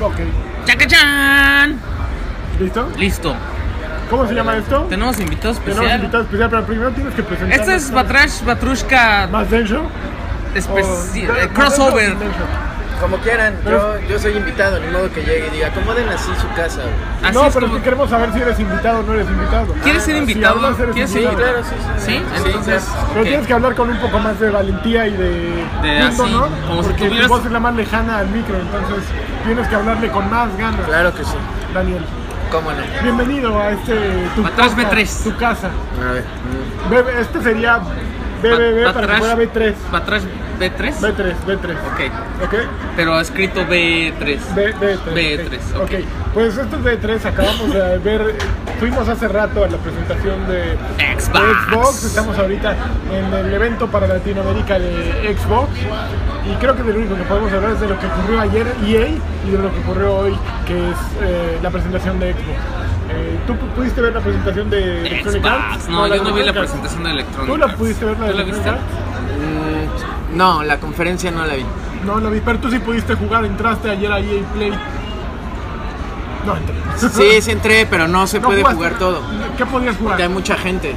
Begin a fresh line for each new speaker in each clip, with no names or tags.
Ok.
¡Chacachán!
¿Listo?
Listo.
¿Cómo se llama esto?
Tenemos invitado
Tenemos
especial.
invitado especial, pero primero tienes que presentar.
Este es Batrash Batrushka
Más denso.
especi- eh, crossover.
Como quieran, yo, yo soy invitado, ni modo que llegue y diga, acomoden así su casa. güey".
Así
no,
es
pero
como-
es que queremos saber si eres invitado o no eres invitado.
¿Quieres ser
Si
invitado?
hablas, eres
¿Quieres ser
invitado.
Sí, claro, sí, sí.
¿Sí? Entonces,
claro.
Pero
ok.
tienes que hablar con un poco más de valentía y de,
De
punto,
así,
¿no?
como si
Porque
tuvieras-
tu voz es la más lejana al micro, entonces tienes que hablarle con más ganas,
Claro que sí.
Daniel.
¿Cómo no?
Bienvenido a este tu
Batrash
casa,
B3.
tu casa.
A ver. mm.
Bebe- este sería BBB
Bat-
para que
Batrash-
fuera B3.
Batrash B3.
B3, B3.
Ok.
¿Ok?
Pero escrito B3.
B, B3.
B3,
ok.
ok.
Pues estos B3 acabamos de ver, fuimos hace rato a la presentación de
Xbox.
de Xbox. Estamos ahorita en el evento para Latinoamérica de Xbox. Y creo que de lo único que podemos hablar es de lo que ocurrió ayer EA y de lo que ocurrió hoy, que es eh, la presentación de Xbox. Eh, ¿Tú pu- pudiste ver la presentación de Electronic Arts?
Xbox. No, yo no vi la
Electronic Arts.
presentación de Electronic
¿Tú la
Arts.
pudiste ver la de
¿Tú la
Electronic
viste?
Arts?
Mm, No, la conferencia no la vi.
No, la vi, pero tú sí pudiste jugar, entraste ayer a EA Play. No, entré.
Sí, sí entré, pero no se
No
puede
jugaste-
jugar todo.
¿Qué podías jugar?
Porque hay mucha gente.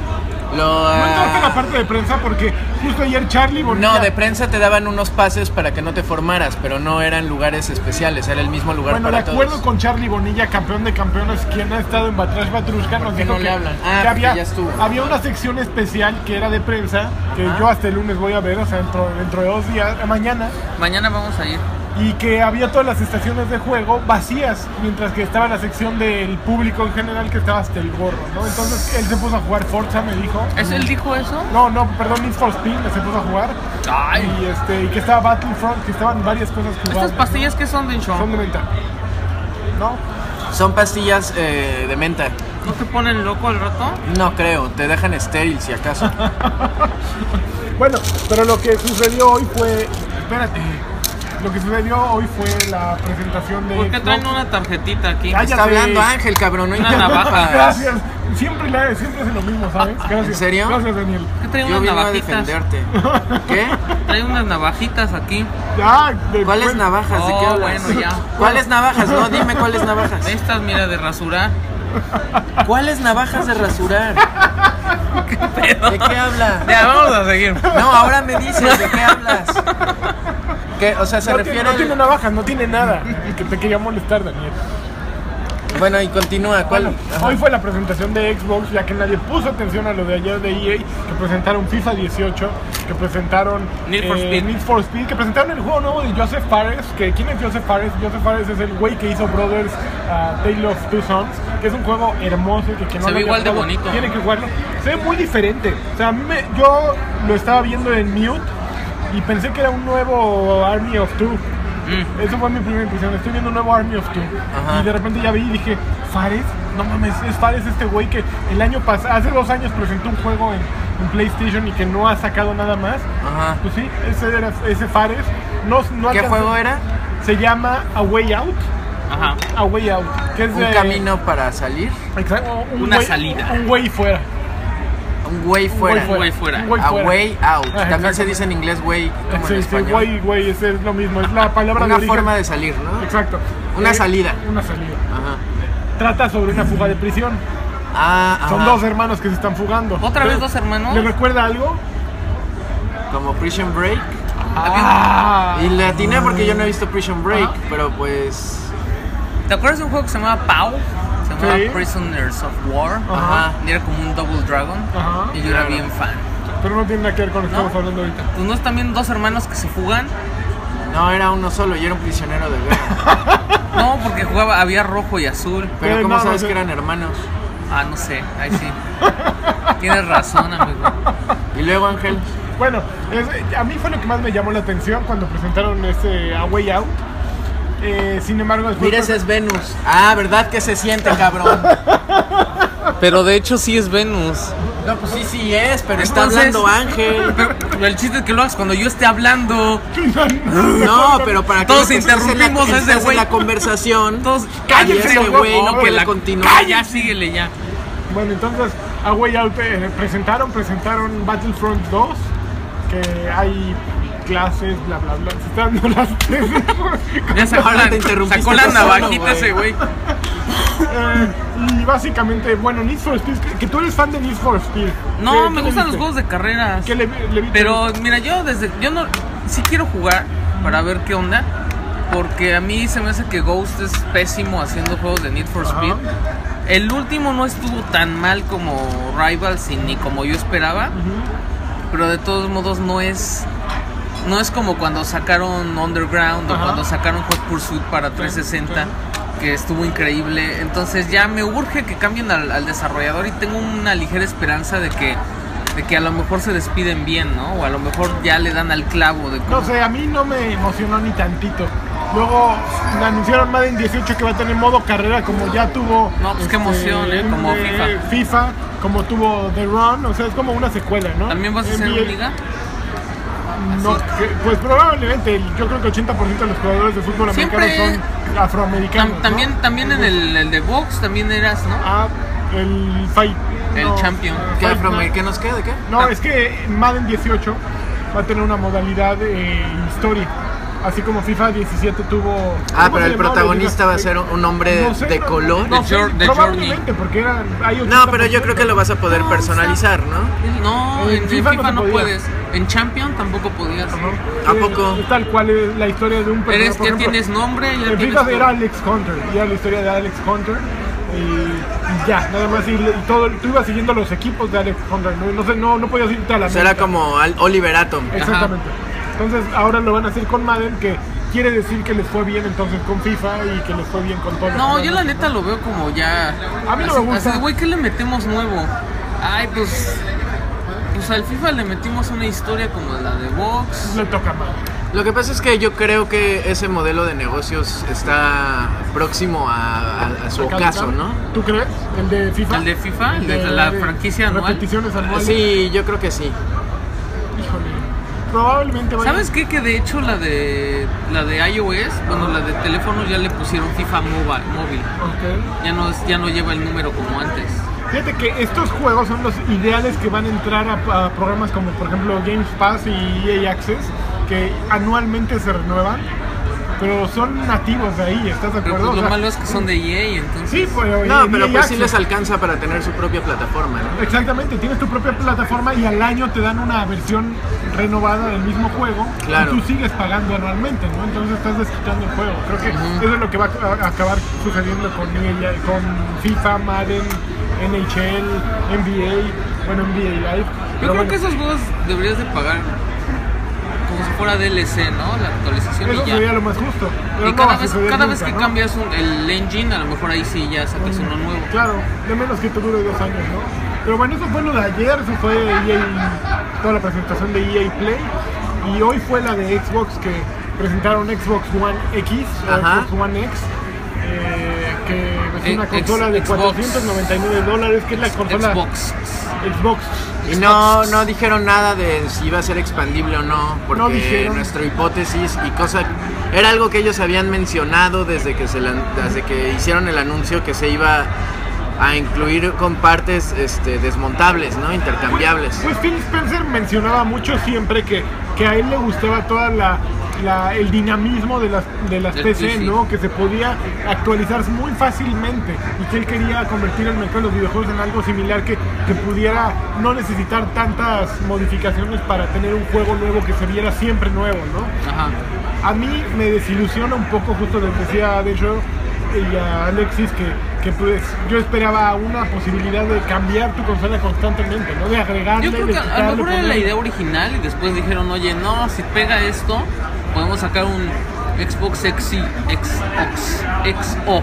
Lo,
No
ah,
entraste a la parte de prensa porque justo ayer Charlie Bonilla-
No, de prensa te daban unos pases para que no te formaras, pero no eran lugares especiales, era el mismo lugar
Bueno, de
para
acuerdo
todos.
con Charlie Bonilla, campeón de campeones, quien ha estado en Batrash Batrushka, nos
qué
dijo
no
que,
le hablan?
que
Ah, porque
había,
ya estuvo. Ah.
había una sección especial que era de prensa, que yo hasta el lunes voy a ver, o sea, dentro, dentro de dos días, eh, mañana,
Mañana vamos a ir.
y que había todas las estaciones de juego vacías, mientras que estaba la sección del público en general que estaba hasta el gorro, ¿no? Entonces él se puso a jugar Forza, me dijo.
¿Es él dijo eso?
No, no, perdón, Need for Speed, se puso a jugar. Y, este, y que estaba Battlefront, que estaban varias cosas
Estas
jugadas.
pastillas que son de show.
Son de venta. ¿No?
Son pastillas eh, de menta.
¿No te ponen loco al rato?
No creo, te dejan estéril si acaso.
Ah, Bueno, pero lo que sucedió hoy fue. Espérate. Lo que sucedió hoy fue la presentación de.
¿Por qué
Xbox.
traen una tarjetita aquí?
Cállate.
Está hablando Ángel, cabrón, no
Una
interrumpas.
navaja.
Gracias. Siempre, la, siempre hace lo mismo, ¿sabes? Gracias.
Ah, ¿En serio?
Gracias, Daniel.
¿Por qué traen
Yo
unas
vine a
navajitas?
defenderte. ¿Qué?
Traen unas navajitas aquí.
Ah, de-
¿Cuáles navajas? ¿De qué
Oh,
hablas?
bueno, ya.
¿Cuáles navajas? No, dime cuáles navajas.
Estas, mira, de rasurar.
¿Cuáles navajas de rasurar? ¿De qué hablas?
Ya, vamos a seguir.
No, ahora me dices, ¿de qué hablas? ¿Qué? O sea, se
No,
refiere
tiene, no
al-
tiene navajas, no tiene nada. que te quería molestar, Daniel.
Bueno, y
Ah,
continúa, ¿cuál?
Bueno,
Ajá.
hoy fue la presentación de Xbox, ya que nadie puso atención a lo de ayer de EA, que presentaron FIFA 18, que presentaron eh,
Need for Speed.
Need for Speed, que presentaron el juego nuevo de Joseph Fares, que ¿quién es Joseph Fares? Joseph Fares es el güey que hizo Brothers uh, Tale of Two Sons, que es un juego hermoso y que quien no
Se
lo
ve
haya
igual de
jugado
bonito.
Tiene que jugarlo. Se ve muy diferente. O sea, a mí me- yo lo estaba viendo en mute y pensé que era un nuevo Army of Two.
Mm.
Eso fue mi primera impresión. Estoy viendo un nuevo Army of Two.
Ajá.
Y de repente ya vi y dije, Fares, no mames, es Fares este güey que el año pasado, hace dos años presentó un juego en, en PlayStation y que no ha sacado nada más.
Ajá.
Pues sí, ese era ese Fares. No, no
¿Qué
alcancé-
juego era?
Se llama A Way Out.
Ajá.
A Way Out. Que es
Un
de-
camino para salir,
Exacto, un
Una
güey-
salida.
Un güey fuera.
un güey
Un
fuera.
güey fuera.
Un güey
A
fuera.
way out.
Ah,
También se
exacto.
dice en inglés way como en
Sí, sí,
español.
güey, güey, ese es lo mismo. Es la palabra
Una
de origen.
forma de salir, ¿no?
Exacto. Eh,
Una salida.
Una salida.
Ajá.
Trata sobre una fuga de prisión.
Ah, ajá.
Son dos hermanos que se están fugando.
¿Otra vez dos hermanos?
¿Le recuerda algo?
Como Prison Break.
Ah.
Y la atiné porque yo no he visto Prison Break, pero pues.
¿Te acuerdas de un juego que se llamaba PAU? Se llamaba
Sí.
Prisoners of War.
Ajá.
Y era como un Double Dragon.
Ajá.
Y yo era
Claro.
bien fan.
Ah, Pero no tiene nada que ver con lo que
¿No?
estamos hablando ahorita.
Pues no es también dos hermanos que se fugan.
No, era uno solo, yo era un prisionero de guerra.
No, porque jugaba, había rojo y azul.
Pero
Eh,
¿cómo
no, no
sabes
sé.
que eran hermanos?
Ah, no sé, ahí sí. Tienes razón, amigo.
Y luego Ángel.
Bueno, es- a mí fue lo que más me llamó la atención cuando presentaron este A Way Out. Eh, sin embargo, después.
Mira, ese es Venus. Ah, ¿verdad que se siente, cabrón?
Pero de hecho sí es Venus.
No, pues sí, sí es, pero está
Entonces-
hablando Ángel.
Pero el chiste es que lo hagas cuando yo esté hablando.
No, pero para que
Todos
no te metas en la-
interrumpimos a ese
estás en
güey.
la conversación.
Todos,
cállense,
cállense,
güey, no
que
puede
la-
continuar.
¡Calla! Ya, síguele ya.
Bueno, entonces, A Way Out eh, presentaron, presentaron Battlefront 2, que hay clases, bla, bla, bla. Se está dando las tres.
Ya sacó
Ahora
la,
te interrumpiste
sacó la
tú solo,
navajita
güey.
ese güey.
Eh, y básicamente, bueno, Need for Speed, que, que tú eres fan de Need for Speed. ¿Qué-
No,
qué
me
le
gustan los
viste?
juegos de carreras.
¿Qué le, le viste?
Pero mira, yo desde yo no sí quiero jugar para ver qué onda, porque a mí se me hace que Ghost es pésimo haciendo juegos de Need for
Ajá.
Speed. El último no estuvo tan mal como Rivals y ni como yo esperaba,
Ujú.
pero de todos modos no es no es como cuando sacaron Underground
Ajá.
o cuando sacaron Hot Pursuit para 360 que estuvo increíble. Entonces ya me urge que cambien al, al desarrollador y tengo una ligera esperanza de que de que a lo mejor se despiden bien, ¿no? O a lo mejor ya le dan al clavo de cómo-
No sé, a mí no me emocionó ni tantito. Luego me anunciaron Madden 18 que va a tener modo carrera como ya tuvo.
No, pues, qué emoción, ¿eh? Como
NBA, FIFA, como tuvo The Run, o sea, es como una secuela, ¿no?
¿También vas a hacer
NBA,
un liga?
No, que- pues probablemente, el- yo creo que 80% de los jugadores de fútbol americano
Siempre-
son afroamericanos.
Tam- también
¿no?
también en el, el de box también eras, ¿no?
Ah, el Fight.
El
no,
Champion.
ah,
¿Qué
Fight
afroamer-
Night.
¿Qué nos queda de qué?
No, es que Madden 18 va a tener una modalidad eh, historia. Así como FIFA 17 tuvo.
Ah,
¿cómo
pero
se
el
llamaba?
protagonista va a ser un hombre
No sé,
de
no-
color.
No,
The
sé,
Jour- The
probablemente, porque eran. hay
No,
80%.
pero yo creo que lo vas a poder personalizar, ¿no?
No,
En
en, en
FIFA
FIFA,
no se
no
podía.
puedes. En Champion tampoco podías.
Ajá. Eh,
¿A poco?
es tal cual es la historia de un personaje.
Eres,
por
ya
ejemplo,
tienes nombre, ya
En
tienes
FIFA
todo.
era Alex Hunter, y era la historia de Alex Hunter. Y ya, nada más. Y, y todo, tú ibas siguiendo los equipos de Alex Hunter. No, no, sé, no, no podías irte a la
Será
América.
como Al- Oliver Atom.
Exactamente. Entonces ahora lo van a hacer con Madden, que quiere decir que les fue bien entonces con FIFA y que les fue bien con todo.
No, yo la neta lo veo como ya.
A mí no
así-
me gusta.
así, güey, ¿qué le metemos nuevo? Ay, pues. Pues al FIFA le metimos una historia como la de Vox.
Le toca mal.
Lo que pasa es que yo creo que ese modelo de negocios está próximo a, a- a su ocaso, ¿no?
¿Tú crees? ¿El de FIFA?
¿El de FIFA? ¿El de la franquicia anual?
Repeticiones anuales.
Sí, yo creo que sí.
Híjole. Probablemente vaya.
¿Sabes qué? Que de hecho la de la de iOS, bueno, la de teléfonos ya le pusieron FIFA Mobile, móvil.
Ok.
Ya no es- ya no lleva el número como antes.
Fíjate que estos juegos son los ideales que van a entrar a, a programas como por ejemplo Games Pass y EA Access, que anualmente se renuevan, pero son nativos de ahí, ¿estás de
Pero
acuerdo?
pues,
O
lo
sea,
malo es que son de EA, entonces.
Sí, pero
No,
en E
pero
EA
pues sí
Access.
les alcanza para tener su propia plataforma, ¿no?
Exactamente, tienes tu propia plataforma y al año te dan una versión renovada del mismo juego
Claro.
y tú sigues pagando anualmente, ¿no? Entonces estás desquitando el juego. Creo que
Ujú.
eso es lo que va a a acabar sucediendo con, EA con FIFA, Madden, NHL, NBA, bueno, NBA Live.
Yo creo que esos juegos deberías de pagar como si fuera DLC, ¿no? La actualización
eso
y ya.
sería lo más justo. pero
Y
no va
cada
a
vez,
suceder
cada
nunca,
vez que
¿no?
cambias un- el engine, a lo mejor ahí sí ya sacas uno nuevo.
Claro, de menos que te dure dos años, ¿no? Pero bueno, eso fue lo de ayer, eso fue EA, toda la presentación de EA Play. Y hoy fue la de Xbox que presentaron Xbox One X, o
Ajá.
Xbox One X. eh, que es
Eh,
una
ex-
consola de
Xbox.
499 dólares, que es la consola
Xbox.
Xbox.
Y no, no dijeron nada de si iba a ser expandible o no, porque
No dijeron.
nuestra hipótesis y cosa era algo que ellos habían mencionado desde que se lan- desde que hicieron el anuncio que se iba a incluir con partes este, desmontables, ¿no? Intercambiables.
Pues Phil Spencer mencionaba mucho siempre que, que a él le gustaba toda la, la- el dinamismo de las de las
Del
PC,
PC.
¿no? Que se podía actualizar muy fácilmente y que él quería convertir el mercado de los videojuegos en algo similar que, que pudiera no necesitar tantas modificaciones para tener un juego nuevo que se viera siempre nuevo, ¿no?
Ajá.
A mí me desilusiona un poco, justo les decía de hecho y a Alexis que, que, pues yo esperaba una posibilidad de cambiar tu consola constantemente, ¿no? De agregarle,
Yo creo
de
que a- a lo
quitarle,
mejor era la
ponerle.
idea original y después dijeron, oye, no, si pega esto, podemos sacar un Xbox XI, Xbox, XO.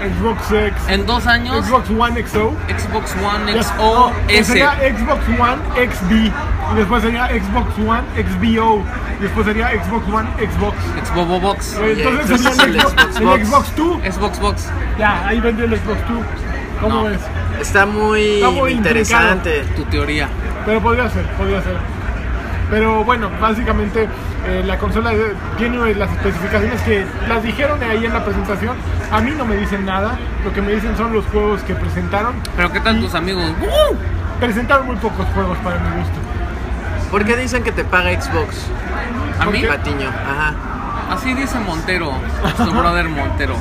Xbox X,
En dos años,
Xbox One XO.
Xbox One
Ya- no,
XO
que
S.
sería Xbox One XB y después sería Xbox One XBO y después sería Xbox One Xbox.
Xbobo Box.
Entonces
entonces
sería el
el
Xbox,
Xbox.
el Xbox Two.
Xbox Box.
Ya, ahí vendría el Xbox Two. ¿Cómo
No.
ves?
Está muy,
Está muy
interesante.
Tu teoría.
Pero podría ser, podría ser. Pero bueno, básicamente eh, la consola de- tiene las especificaciones que las dijeron ahí en la presentación. A mí no me dicen nada, lo que me dicen son los juegos que presentaron.
Pero ¿qué tal
Y
tus amigos? ¡Uh!
Presentaron muy pocos juegos para mi gusto.
¿Por qué dicen que te paga Xbox?
¿A mí?
Patiño, ajá,
Así dice Montero, nuestro brother Montero.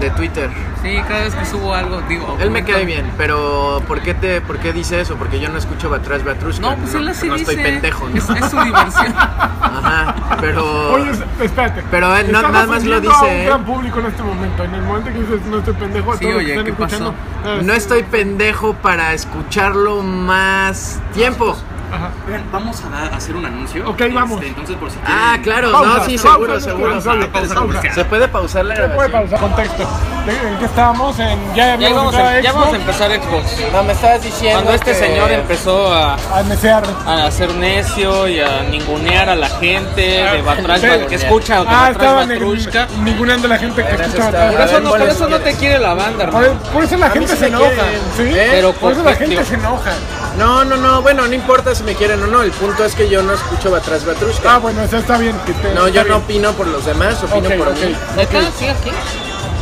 de Twitter.
Sí, cada vez que subo algo, digo.
Él me
comento-
cae bien, pero ¿por qué, te, ¿por qué dice eso? Porque yo no escucho Batrash Batrushka.
No, pues él así
no
dice.
estoy pendejo,
Es,
¿no?
es su diversión.
Ajá, pero...
Oye, es- espérate.
Pero él no-
Estamos
nada más lo
hundiendo a
dice
un
él.
gran público en este momento. En el momento que dices, no estoy pendejo,
Sí,
todos los que
oye,
están
¿qué
escuchando. ah,
No estoy pendejo para escucharlo más tiempo.
Ajá.
Oigan, Vamos a dar- a hacer un anuncio. Este,
Ok, vamos.
entonces, por si quieren-
Ah, claro,
Pausa,
no, sí,
pausa,
seguro,
pausa,
seguro. Ah,
pausa, pausa, pausa.
¿Se puede pausar la
¿Qué puede pausar?
grabación?
Contexto. ¿De- ¿En qué estábamos? En, ya
Ya
habíamos
vamos,
entrado
a, em- ya vamos a
Xbox,
empezar Xbox.
No, me estabas diciendo
Cuando este
que-
señor empezó a,
a mesear.
a ser necio y a ningunear a la gente
Ah,
de Batrash,
sí.
que escucha o de
Ah,
Batrash
estaban
Batrushka.
neg- ninguneando a la gente que
Pero eso
escucha.
está-
atrás.
Por eso, no,
¿cuál
por
es?
eso no te quiere la banda,
A
hermano.
ver, por eso la
mí
gente
sí
se
me
enoja.
quieren,
¿sí?
¿eh?
Pero
por eso la gente
conflictivo.
se enoja.
No, no, no, bueno, no importa si me quieren o no, el punto es que yo no escucho Batrash Batrushka.
Ah, bueno, eso está bien. Que te,
No,
está
yo no
bien.
opino por los demás, opino
Ok,
por
ok.
mí,
¿Neta? ¿Sí aquí?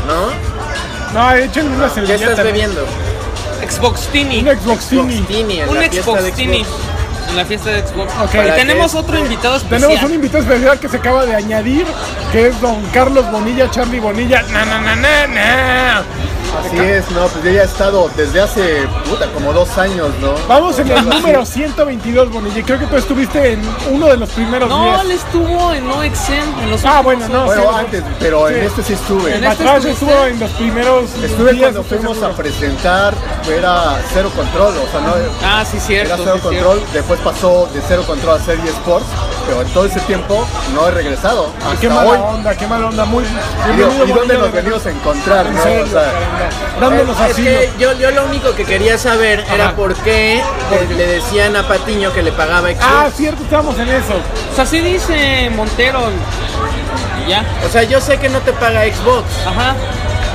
¿no?
No, echen una
¿Qué
servilleta.
estás bebiendo?
Xbox Tini.
Un Xbox Tini.
Boxtini, en
Un
la fiesta de
Xbox Tini.
Xbox.
En la fiesta de Xbox.
Ok.
Y
¿Para
tenemos
qué?
otro invitado especial.
Tenemos un invitado especial que se acaba de añadir, que es don Carlos Bonilla, Charlie Bonilla. Na, na, na, na, na.
Así es, no, pues yo ya he estado desde hace, puta, como dos años, ¿no?
Vamos en el
Algo así.
número 122, Bonilla. y Creo que tú estuviste en uno de los primeros
No,
días.
él estuvo en OXM. En los
Ah,
últimos
bueno, no.
Bueno,
sí,
antes, pero
sí.
en este sí estuve.
¿En
Batrash
este estuviste?
estuvo en los primeros
Estuve
días.
cuando
estoy
fuimos a
seguro.
presentar, era Cero Control, o sea, no,
Ah, sí,
era
cierto.
Cero
sí,
Control, después pasó de Cero Control a Serie Sports, pero en todo ese tiempo no he regresado
Ah, Qué
hasta
mala
hoy.
onda, qué mala onda. Muy
Y digo,
bienvenido,
¿Y dónde
Bonilla,
nos
de
venimos a
verdad.
encontrar,
En
no?
serio,
O sea,
caramba. dándonos
Es
asilo.
que yo, yo lo único que quería saber era por qué le, le decían a Patiño que le pagaba Xbox.
Ah, cierto, estábamos en eso.
cierto. O sea, así dice Montero. Y ya.
O sea, yo sé que no te paga Xbox,
Ajá.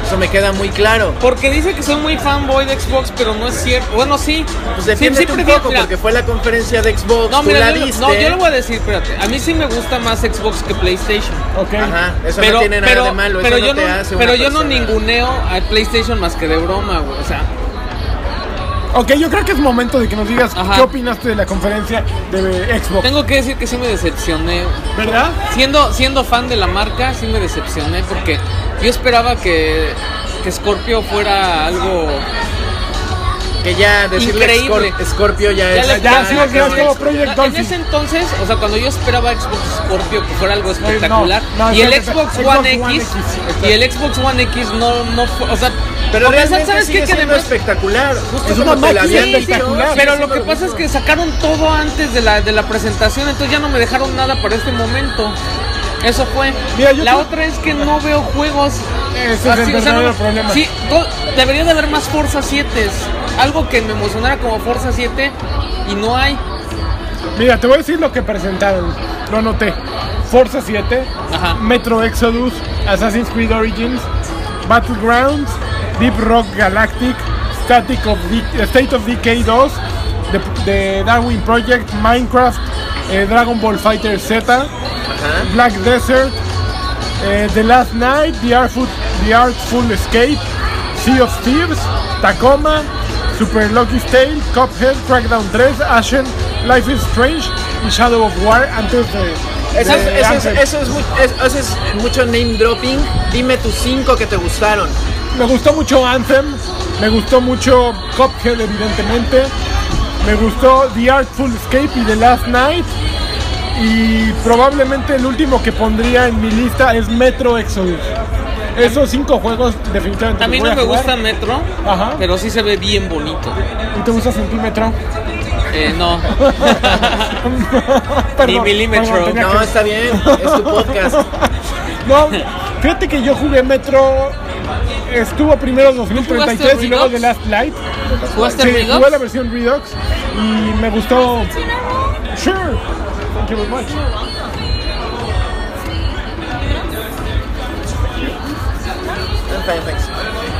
eso me queda muy claro.
Porque dice que soy muy fanboy de Xbox, pero no es cierto. Bueno, sí.
Pues
sí,
defiéndete
sí
un
prefiero-
poco,
mira,
porque fue la conferencia de Xbox,
no,
tú
mira,
la
yo,
viste.
no, yo le voy a decir, espérate. A mí sí me gusta más Xbox que PlayStation.
Ok.
Ajá, eso no tiene nada de malo,
pero
eso
yo
no te hace una
pero yo no
persona.
ninguneo a PlayStation más que de broma, güey. O sea,
Ok, yo creo que es momento de que nos digas
Ajá.
qué opinaste de la conferencia de Xbox.
tengo que decir que sí me decepcioné.
¿Verdad?
Siendo, siendo fan de la marca, sí me decepcioné porque yo esperaba que, que Scorpio fuera algo.
Que ya decirle
Increíble.
Scor- Scorpio ya,
Ya
es...
le-
Ya, sí,
Ah,
nos quedas
cabrón.
como Project
En
Dolphin.
ese entonces, o sea, cuando yo esperaba Xbox Scorpio que fuera algo espectacular,
no, no,
y el
espérate,
Xbox,
Xbox
One
One
X,
X,
y el Xbox One X no, no fue, o sea,
Pero
a pesar,
realmente
¿sabes
sigue
qué? Que
siendo
además-
espectacular, justo
Es
como
una
te la
máquina
habían dicho.
espectacular.
Pero
sí,
lo que
lo
pasa es
mismo.
que sacaron todo antes de la, de la presentación, entonces ya no me dejaron nada para este momento. Eso fue.
Mira, yo
la
creo- Eh,
otra es que no veo juegos.
Ese es el verdadero problema.
Sí, to- debería de haber más Forza 7. Algo que me emocionara como Forza 7 y no hay.
Mira, te voy a decir lo que presentaron. Lo noté. Forza 7,
Ajá.
Metro Exodus, Assassin's Creed Origins, Battlegrounds, Deep Rock Galactic, Static of De- State of Decay 2, The, The Darwin Project, Minecraft, eh, Dragon Ball Fighter Z, Black Desert, eh, The Last Night, The Artful, The Artful Escape, Sea of Thieves, Tacoma, Super Lucky's Tale, Cuphead, Crackdown 3, Ashen, Life is Strange y Shadow of War antes de...
Eso es,
de
eso es-
Anthem.
eso es mu- es- eso es mucho name dropping. Dime tus cinco que te gustaron.
Me gustó mucho Anthem, me gustó mucho Cuphead evidentemente, me gustó The Artful Escape y The Last Night y probablemente el último que pondría en mi lista es Metro Exodus. Esos cinco juegos definitivamente
A mí
los voy
no me
jugar.
gusta Metro,
Ajá.
pero sí se ve bien bonito.
¿Y te gusta centímetro?
Eh, no.
Perdón,
Ni milímetro.
perdón, tenía
No,
que-
está bien, es tu podcast.
No, fíjate que yo jugué Metro. Estuvo primero
¿No
2033
jugaste
y luego The
Redux?
Last Light.
¿Jugaste
Sí,
Redux?
jugué la versión Redux y me gustó. Sure. Thank you very much.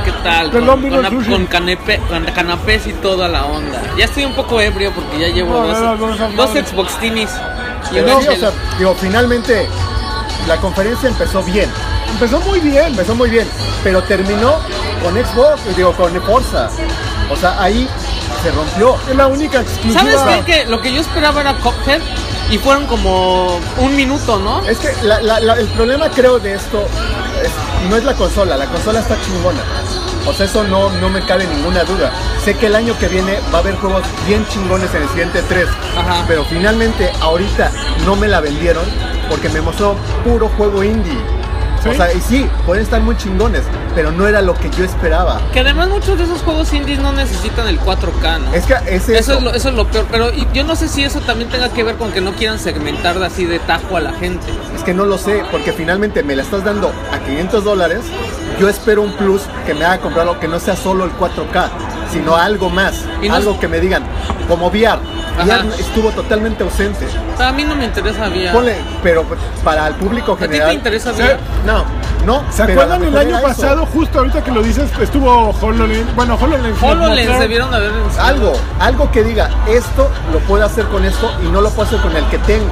¿Qué tal?
Perdón,
Con,
vino
con,
el sushi.
con canepe- con canapés y toda la onda. Ya estoy un poco ebrio porque ya llevo
No,
dos,
no, no, no, no.
dos Xbox Tinis. Y
pero
una
sí, o
chela.
sea, digo, finalmente la conferencia empezó bien,
Empezó muy bien.
empezó muy bien, pero terminó con Xbox, digo, con Forza. O sea, ahí se rompió.
Es la única exclusiva.
¿Sabes qué? Que lo que yo esperaba era Cuphead Y fueron como un minuto, ¿no?
Es que la- la- la- el problema creo de esto es- no es la consola, la consola está chingona. O sea, eso no, no me cabe ninguna duda. Sé que el año que viene va a haber juegos bien chingones en el siguiente 3,
Ajá.
pero finalmente ahorita no me la vendieron porque me mostró puro juego indie. O
¿Sí?
sea, y sí, pueden estar muy chingones, pero no era lo que yo esperaba.
Que además muchos de esos juegos indies no necesitan el 4K, ¿no?
Es que es eso.
Eso es, lo, eso es lo peor, pero y- yo no sé si eso también tenga que ver con que no quieran segmentar de así de tajo a la gente.
Es que no lo sé, porque finalmente me la estás dando a 500 dólares. Yo espero un plus que me haga comprarlo, que no sea solo el 4K, sino algo más.
Y no-
algo que me digan, como VR.
Ajá.
VR estuvo totalmente ausente.
O sea, a mí no me interesa VR.
Ponle, pero para el público
¿A ti te
general.
interesa
Sí.
VR?
No, no.
¿Se
pero a
acuerdan
lo
el
mejor
año
era eso.
pasado, justo ahorita que lo dices, estuvo HoloLens? Bueno, HoloLens. nos
HoloLens
mostró-
debieron haber enseñado.
Algo, algo que diga, esto lo puedo hacer con esto y no lo puedo hacer con el que tengo.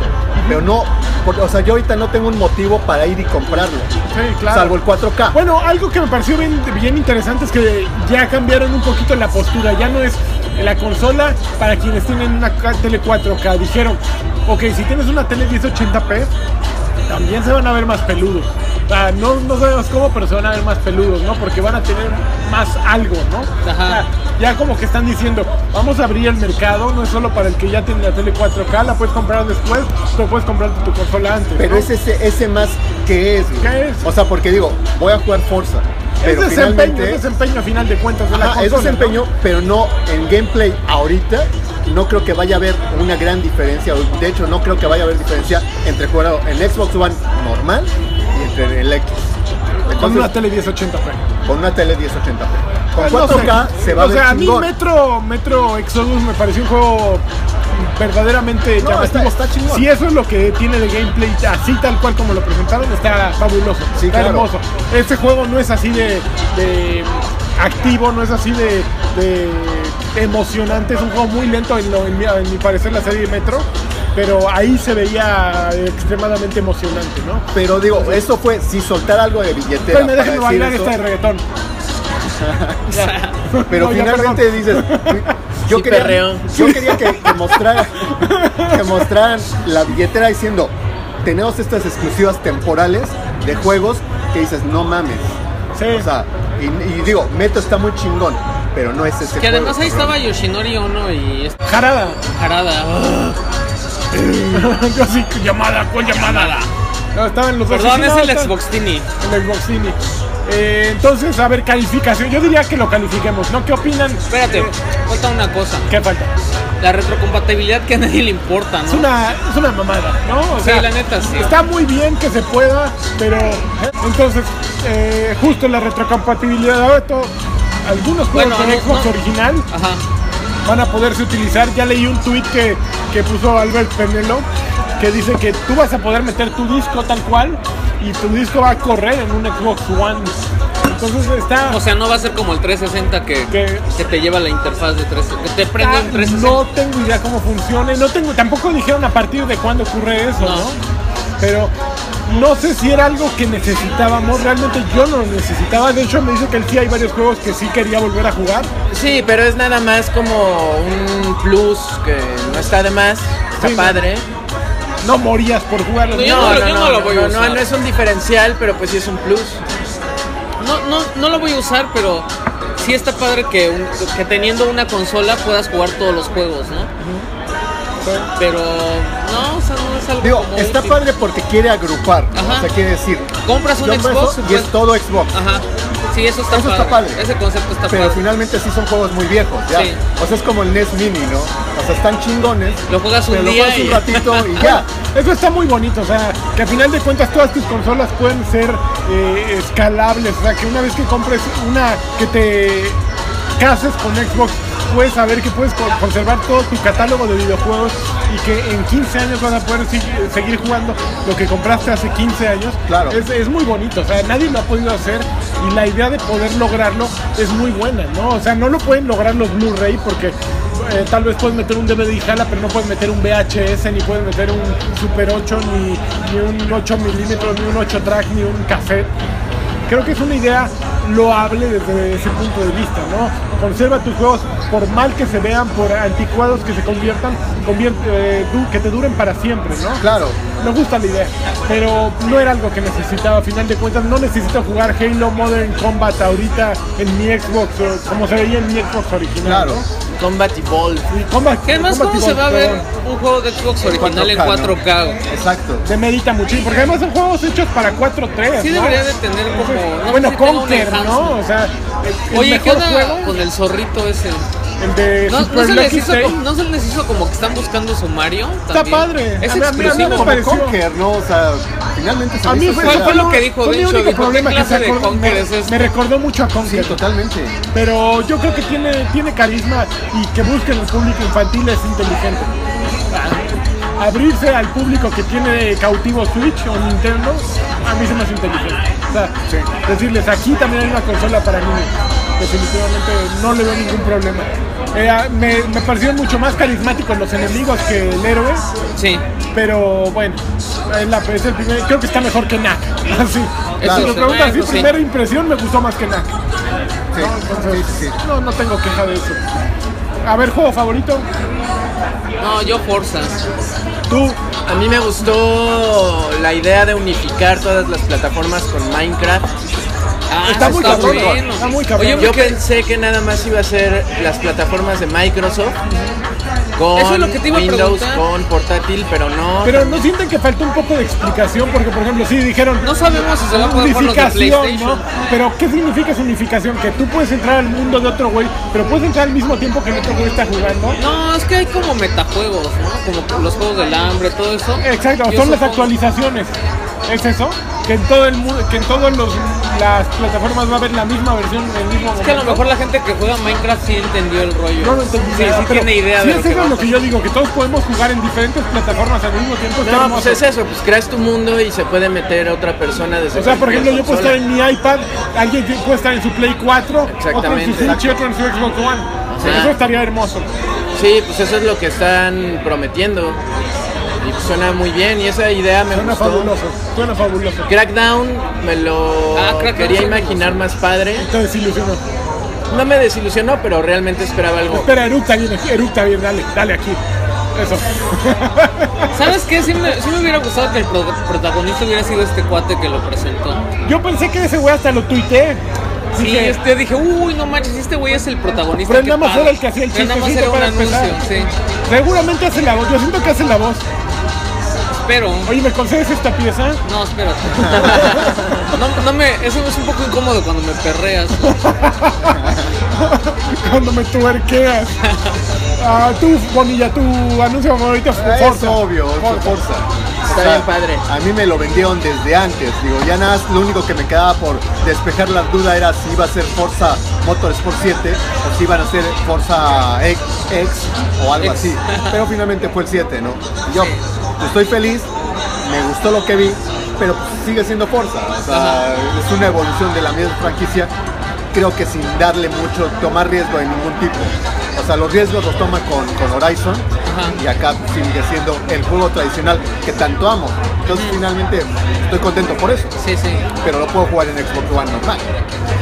Pero no, por- o sea, yo ahorita no tengo un motivo para ir y comprarlo.
Sí, claro.
Salvo el 4K.
Bueno, algo que me pareció bien, bien interesante es que ya cambiaron un poquito la postura. Ya no es la consola para quienes tienen una ca- tele 4K. Dijeron, ok, si tienes una tele 1080p, también se van a ver más peludos. Ah, no, no sabemos cómo, pero se van a ver más peludos, ¿no? Porque van a tener más algo, ¿no?
Ajá.
O sea, ya como que están diciendo, vamos a abrir el mercado, no es solo para el que ya tiene la tele 4K, la puedes comprar después, pero puedes comprarte tu consola antes.
Pero
¿no?
es ese, ese más que es, güey.
¿Qué es?
O sea, porque digo, voy a jugar Forza. Pero
es desempeño,
finalmente.
es desempeño a final de cuentas de la
Ajá, es
consola,
desempeño,
¿no?
pero no en gameplay ahorita. No creo que vaya a haber una gran diferencia. o De hecho, no creo que vaya a haber diferencia entre jugar en Xbox One normal y entre el X.
Con
Entonces,
una tele 1080p.
con una tele 1080p. Con
No
4K
sé.
se va a
O
ver
sea, a mí
chingón.
Metro, Metro Exodus me pareció un juego verdaderamente
No,
llamativo.
está- está chingón.
si eso es lo que tiene de gameplay así tal cual como lo presentaron, está fabuloso.
Sí,
está
claro.
hermoso. Este juego no es así de, de activo, no es así de, de emocionante. Es un juego muy lento en, lo- en mi, en mi parecer la serie de Metro. Pero ahí se veía extremadamente emocionante, ¿no?
Pero digo, eso fue si soltar algo de billetera.
Espérame,
para
déjenme
decir
bailar
eso,
esta de reggaetón. Ya.
Pero
No, ya,
finalmente
perdón.
dices, yo,
Sí,
quería,
perreo.
yo quería que, que mostrara- que mostraran la billetera diciendo, tenemos estas exclusivas temporales de juegos que dices, no mames.
Sí.
O sea, y, y digo, Meto está muy chingón, pero no es ese
Que
juego,
además ahí
cabrón.
estaba Yoshinori Ono y esta
Jarada.
jarada.
Yo así, llamada, ¿cuál llamada? No, estaban los dos.
Perdón,
pues Sí,
es
no,
el
está-
Xbox Tini.
El Xbox Cine. Eh, entonces, a ver, calificación. Yo diría que lo califiquemos, ¿no? ¿Qué opinan?
Espérate,
Eh,
falta una cosa.
¿Qué falta?
La retrocompatibilidad que a nadie le importa, ¿no?
Es una, es una mamada, ¿no? O
Sí,
sea,
la neta, sí.
Está muy bien que se pueda, pero entonces, eh, justo la retrocompatibilidad ahora todo- Algunos juegos
Bueno,
con
no,
Xbox
no.
original
Ajá.
van a poderse utilizar. Ya leí un tweet que, que puso Albert Penelo que dice que tú vas a poder meter tu disco tal cual y tu disco va a correr en un Xbox One. Entonces está.
O sea, no va a ser como el 360 que,
Que-
que te lleva la interfaz de 360. Que te prende
está-
un 360.
no tengo idea cómo funciona. y No tengo, tampoco dijeron a partir de cuándo ocurre eso,
No.
¿no? Pero no sé si era algo que necesitábamos. Realmente yo no lo necesitaba. De hecho, me dice que el sí hay varios juegos que sí quería volver a jugar.
Sí, pero es nada más como un plus que no está de más, está
Sí, no.
padre.
No morías por jugarlo.
No, yo no lo- yo no lo voy a
no,
usar.
no es un diferencial, pero pues sí es un plus.
No, no, no lo voy a usar, pero sí está padre que, un- que teniendo una consola puedas jugar todos los juegos, ¿no? Pero no, o sea, no es algo
Digo,
como
está
útil.
padre porque quiere agrupar.
Ajá.
O sea, quiere decir,
Compras un
yo paso
Xbox pues. Ah,
y es todo Xbox.
Ajá. Sí, eso está,
Eso
padre.
está padre.
Ese concepto está
Pero
padre.
finalmente sí son juegos muy viejos, ¿ya?
Sí.
O sea, es como el NES Mini, ¿no? O sea, están chingones.
Lo juegas un
pero
día
lo juegas
y-
un ratito y ya.
Eso está muy bonito, o sea, que a final de cuentas todas tus consolas pueden ser eh, escalables, o sea, que una vez que compres una, que te cases con Xbox, puedes saber que puedes co- conservar todo tu catálogo de videojuegos y que en 15 años vas a poder si- seguir jugando lo que compraste hace 15 años.
Claro.
Es, es muy bonito, o sea, nadie lo ha podido hacer y la idea de poder lograrlo es muy buena, ¿no? O sea, no lo pueden lograr los Blu-ray porque eh, tal vez puedes meter un DVD y jala, pero no puedes meter un VHS, ni puedes meter un Super 8, ni, ni un 8 milímetros, ni un 8 track, ni un cassette. creo que es una idea loable desde ese punto de vista, ¿no? Conserva tus juegos por mal que se vean, por anticuados que se conviertan, convier- eh, du- que te duren para siempre, ¿no?
Claro.
Me gusta la idea, pero no era algo que necesitaba. A final de cuentas, no necesito jugar Halo Modern Combat ahorita en mi Xbox, o como se veía en mi Xbox original.
Claro.
¿no?
Combat Evolved.
Y Combat,
¿Qué más?
Combat
¿Cómo se
Evolved,
va a ver
perdón,
un juego de Xbox original en
4K,
4K? güey?
Exacto.
Demerita muchísimo, porque además son juegos hechos para 4-3.
Sí
¿no?
debería de tener como... no
bueno,
sé si tenga un
Conker, ¿no? O
enhancement.
sea, el, el
Oye, ¿qué
mejor
onda
juego,
con el zorrito ese?
el de
¿No, no
Super
se les
Lucky
hizo
Day.
como, ¿No se les hizo como que están buscando su Mario?
Está
También.
padre.
Es
A mí- a mí- a mí me
exclusivo.
pareció-
Conker, ¿no? O sea, finalmente se
A mí
hizo
fue,
¿Cuál
esa-
fue lo
no,
que dijo
fue mi
Dencho?
único
Dijo, ¿qué
problema que se
clase de
acordó-
Conker
me,
es este?
me recordó mucho a Conker.
Sí, totalmente.
pero yo creo que tiene, tiene carisma y que busquen el público infantil es inteligente. Abrirse al público que tiene cautivo Switch o Nintendo, a mí se me hace inteligente. O sea, decirles, aquí también hay una consola para niños. Definitivamente no le veo ningún problema. Eh, ah, me, me parecieron mucho más carismáticos los enemigos que el héroe,
Sí,
pero bueno, es la- es el primer- creo que está mejor que Nak. Así.
Claro.
Si lo preguntas así,
Sí.
primera impresión me gustó más que Nak.
Sí, sí, sí, sí.
No, no tengo queja de eso. A ver, juego favorito.
no, yo Forza.
Tú,
A mí me gustó la idea de unificar todas las plataformas con Minecraft.
Ah,
Está muy cabrón,
bueno.
está muy cabrón.
Oye,
Yo
porque
pensé que nada más iba a ser las plataformas de Microsoft con
Eso es lo que te iba a
Windows,
preguntar.
con portátil, pero no.
pero ¿no sienten que falta un poco de explicación? Porque, por ejemplo, sí dijeron...
no sabemos si se va a poder por los de
unificación,
PlayStation.
¿no? Pero ¿qué significa esa unificación? Que tú puedes entrar al mundo de otro güey, pero puedes entrar al mismo tiempo que el otro güey está jugando.
No, es que hay como metajuegos, ¿no? Como los juegos del hambre, todo eso.
Exacto,
Yo
son las
supongo-
actualizaciones. ¿Es eso? Que en todo el mundo, que en todas las plataformas va a haber la misma versión en el mismo
Es que a lo
momento.
mejor la gente que juega Minecraft sí entendió el rollo.
No lo entendí.
Sí,
nada,
sí
pero
tiene idea
si
de
es
lo que
eso
va a
lo que yo digo, que todos podemos jugar en diferentes plataformas al mismo tiempo. está
No,
hermoso.
pues es eso, pues creas tu mundo y se puede meter otra persona desde
O sea, por
cualquier
ejemplo, yo puedo
consola.
estar en mi iPad, alguien que puede estar en su Play 4, otro en su
Exactamente.
Switch y otro en su Xbox One. O sea,
Ajá.
Eso estaría hermoso.
Sí, pues eso es lo que están prometiendo. Y pues suena muy bien y esa idea me
Suena
gustó.
fabuloso, suena fabuloso.
Crackdown me lo
Ah, Crackdown
quería
sí me
imaginar más padre.
Te desilusionó.
No me desilusionó, pero realmente esperaba algo.
Espera, eructa bien, eructa bien, dale, dale aquí. Eso.
¿Sabes qué? Sí me, sí me hubiera gustado que el pro- protagonista hubiera sido este cuate que lo presentó.
Yo pensé que ese güey hasta lo tuiteé.
Sí,
Dije,
este, dije, uy, no manches, este güey es el protagonista.
Pero
qué
nada más
padre".
era el que hacía el
Pero Nada más
chistecito
era un
para empezar.
anuncio, sí.
seguramente hace la voz, yo siento que hace la voz.
Pero,
Oye, ¿me concedes esta pieza?
no, espérate. No, no me, eso es un poco incómodo cuando me perreas.
Cuando me tuerqueas. Ah, tú, Bonilla, tu anuncio favorito fue
Es
Forza.
obvio, es
Forza.
Forza.
Está bien padre.
A mí me lo vendieron desde antes. Digo, ya nada, más lo único que me quedaba por despejar la duda era si iba a ser Forza Motorsport 7 o si iban a ser Forza X, X o algo así. Pero finalmente fue el 7, ¿no? Y yo pues, estoy feliz, me gustó lo que vi, pero pues, sigue siendo Forza. O sea, es una evolución de la misma franquicia. Creo que sin darle mucho, tomar riesgo de ningún tipo. O sea, los riesgos los toma con, con Horizon y acá sigue siendo el juego tradicional que tanto amo. Entonces finalmente estoy contento por eso,
Sí, sí.
pero lo puedo jugar en Xbox One normal.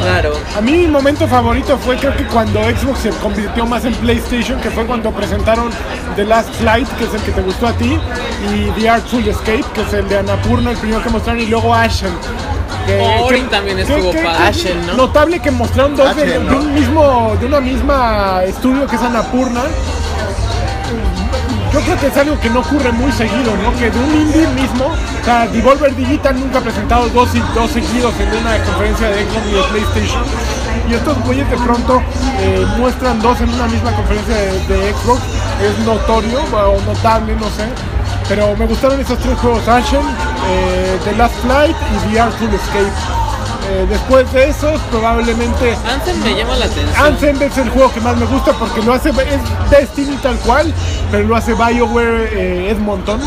Claro.
A mí mi momento favorito fue creo que cuando Xbox se convirtió más en PlayStation, que fue cuando presentaron The Last Flight, que es el que te gustó a ti, y The Artful Escape, que es el de Annapurna, el primero que mostraron, y luego Ashen. que-
Ori también estuvo padre.
Ashen, ¿no?
Notable que mostraron dos de,
Ashen,
de
¿no?
un mismo, de una misma estudio que es Annapurna. Yo creo que es algo que no ocurre muy seguido, ¿no? Que de un indie mismo, o sea, Devolver Digital nunca ha presentado dos, y- dos seguidos en una conferencia de Xbox y de PlayStation. Y estos güeyes de pronto eh, muestran dos en una misma conferencia de, de Xbox. Es notorio o notable, no sé. Pero me gustaron esos tres juegos, Ashen, eh, The Last Flight y The Artful Escape. Eh, después de esos, probablemente
Anthem me llama la atención.
Anthem es el juego que más me gusta porque lo hace es Destiny tal cual, pero lo hace BioWare eh, Edmonton.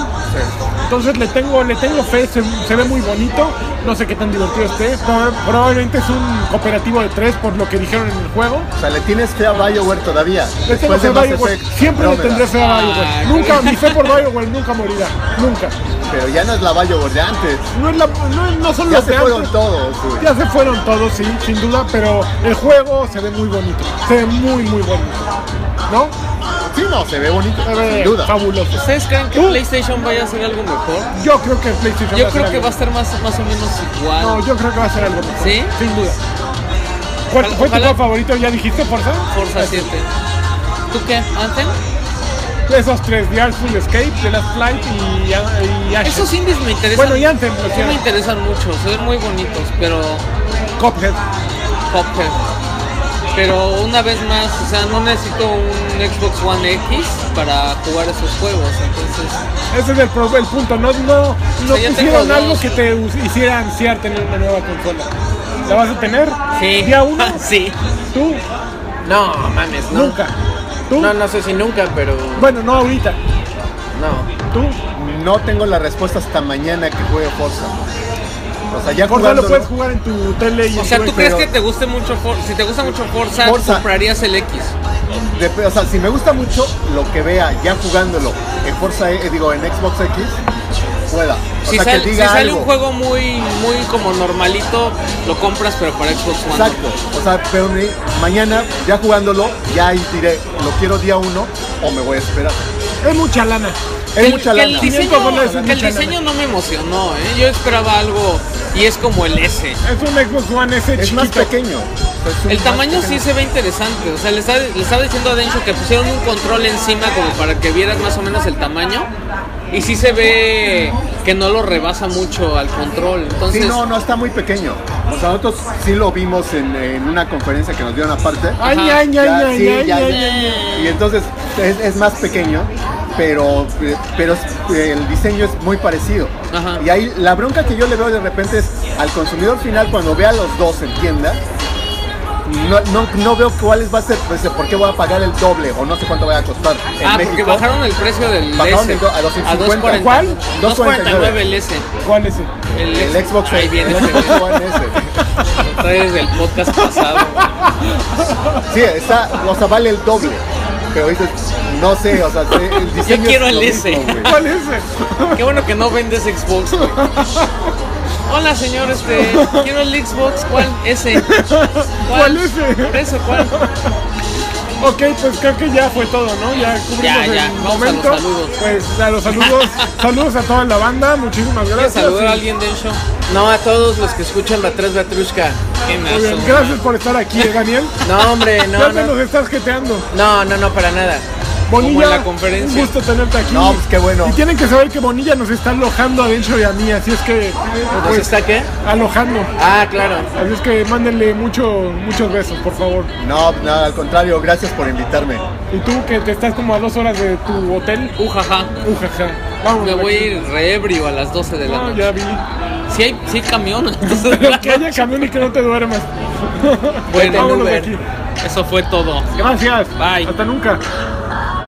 Entonces le tengo le tengo fe, se, se ve muy bonito, no sé qué tan divertido esté, proba- probablemente es un cooperativo de tres por lo que dijeron en el juego.
O sea, le tienes fe a BioWare todavía.
Le tengo
Después
fe
de
a
Mass
BioWare,
Effect,
siempre le
Andrómeda.
tendré fe a BioWare.
Ah,
Nunca, mi fe por BioWare nunca morirá, nunca.
pero ya no es la Bayo de antes.
No, es la- no- no son
Ya
los
se
de
fueron
antes.
todos, güey.
Ya se fueron todos, sí, sin duda, pero el juego se ve muy bonito. Se ve muy, muy bonito. ¿No?
Sí, no, se ve bonito,
Se ve
sin duda.
fabuloso.
¿Ustedes creen que
Uh.
PlayStation vaya a hacer algo mejor?
Yo creo que PlayStation
Yo
va a
creo
hacer
que va
algo.
a estar más, más o menos igual.
No, yo creo que va a ser algo mejor.
¿Sí?
Sin duda. ¿Cuál fue
Ojalá-
tu
ojalá-
juego favorito? ¿Ya dijiste, Forza?
Forza 7. ¿Tú qué? ¿Anthem?
Esos tres, The Artful Escape, The Last Flight y, y Ashes.
Esos indies me interesan.
Bueno, y Anthem, lo
sí
cierto.
me interesan mucho, se ven muy bonitos, pero
Cuphead.
Cuphead. Pero una vez más, o sea, no necesito un Xbox One X para jugar esos juegos, entonces
Ese es el, pro- el punto. No, no, no
O sea, ya
pusieron
tengo
algo
dos.
que te us- hiciera ansiar tener una nueva consola. ¿La vas a tener?
sí.
¿Día uno?
Ah, sí.
¿Tú?
No, mames, no.
Nunca. ¿Tú?
No, no sé si nunca, pero
Bueno, no ahorita.
no.
¿Tú?
No tengo la respuesta hasta mañana que juegue Forza. O sea, ya
Forza
jugándolo-
lo puedes jugar en tu tele y
O
en
sea,
tu
¿tú
Xbox.
crees que te guste mucho Forza? Si te gusta mucho Forza,
Forza.
comprarías el X.
Dep- o sea, si me gusta mucho lo que vea ya jugándolo en Forza, eh, digo, en Xbox X, pueda. O
Si,
sea,
sal-
que
si
diga
sale
algo.
un juego muy, muy como normalito, lo compras pero para Xbox One. ¿no?
Exacto. O sea, pero mi- mañana ya jugándolo, ya ahí diré, lo quiero día uno o me voy a esperar.
Es mucha lana.
Es
Que-
mucha
que
lana.
el diseño,
500 dólares es
que el
mucha lana.
diseño no me emocionó, ¿eh? Yo esperaba algo y es como el S.
Es un Xbox One S
Es
chiquito.
más pequeño. O sea, es un
El
más
tamaño sí
pequeño.
se ve interesante, o sea, le estaba, le estaba diciendo a Dencho que pusieron un control encima como para que vieras más o menos el tamaño y sí se ve que no lo rebasa mucho al control, entonces ah,
Sí, no, no está muy pequeño. O sea, nosotros sí lo vimos en, en una conferencia que nos dieron aparte.
Ay,
Ajá.
ay, ay,
Ya,
ay,
sí,
ay,
ya,
ay,
ya.
ay.
Y entonces es, es más pequeño, pero, pero es- el diseño es muy parecido.
Ajá.
Y ahí la bronca que yo le veo de repente es al consumidor final cuando vea los dos en tienda. No, no, no veo cuáles va a ser, pues, por qué voy a pagar el doble o no sé cuánto va a costar en
ah, porque
México.
bajaron el precio del
Bajaron
S
el do- a 250.
¿Cuál?
249 el S.
¿Cuál es ese?
El,
el Xbox
Ahí viene
el
ese, güey.
Xbox One S.
Lo traes del podcast pasado.
Sí, está, o sea, vale el doble. Pero dices, no sé, o sea, sé- el diseño. es
quiero el
lo
S.
mismo, güey.
¿Cuál es ese?
Qué bueno que no vendes Xbox, güey. Hola, señor, este, quiero el Xbox, ¿cuál? Ese.
¿Cuál ese?
Por eso, pues, ¿cuál?
Ok, pues creo que ya fue todo, ¿no? Ya cubrimos
Ya, ya.
el
Vamos a los
momento.
saludos.
Pues a los saludos. saludos a toda la banda. Muchísimas
¿Quieres
gracias.
saludar a
Y-
alguien del show?
No a todos los que escuchan Batrás Batrushka.
Qué
Muy bien,
nazo.
Gracias por estar aquí, eh, Daniel.
No, hombre,
ya
no,
te nos
no.
estás jeteando.
No, no, no, para nada.
Bonilla,
en la conferencia.
un gusto tenerte aquí.
No, pues qué bueno.
Y tienen que saber que Bonilla nos está alojando a Dencho y a mí, así es que... eh,
¿Nos
pues,
está qué?
Alojando.
Ah, claro.
Así es que mándenle mucho, muchos besos, por favor.
No, no, al contrario, gracias por invitarme.
Y tú, que te estás como a dos horas de tu hotel.
Ujaja.
Ujaja. Vamos.
Uh, Me voy a ir reebrio a las 12 de la
No,
noche.
ya vi.
Si hay, si hay camión,
Pero Ah. que haya camión y que no te duermas.
Bueno,
vámonos de
Uber.
aquí.
Eso fue todo.
Gracias.
Bye.
Hasta nunca.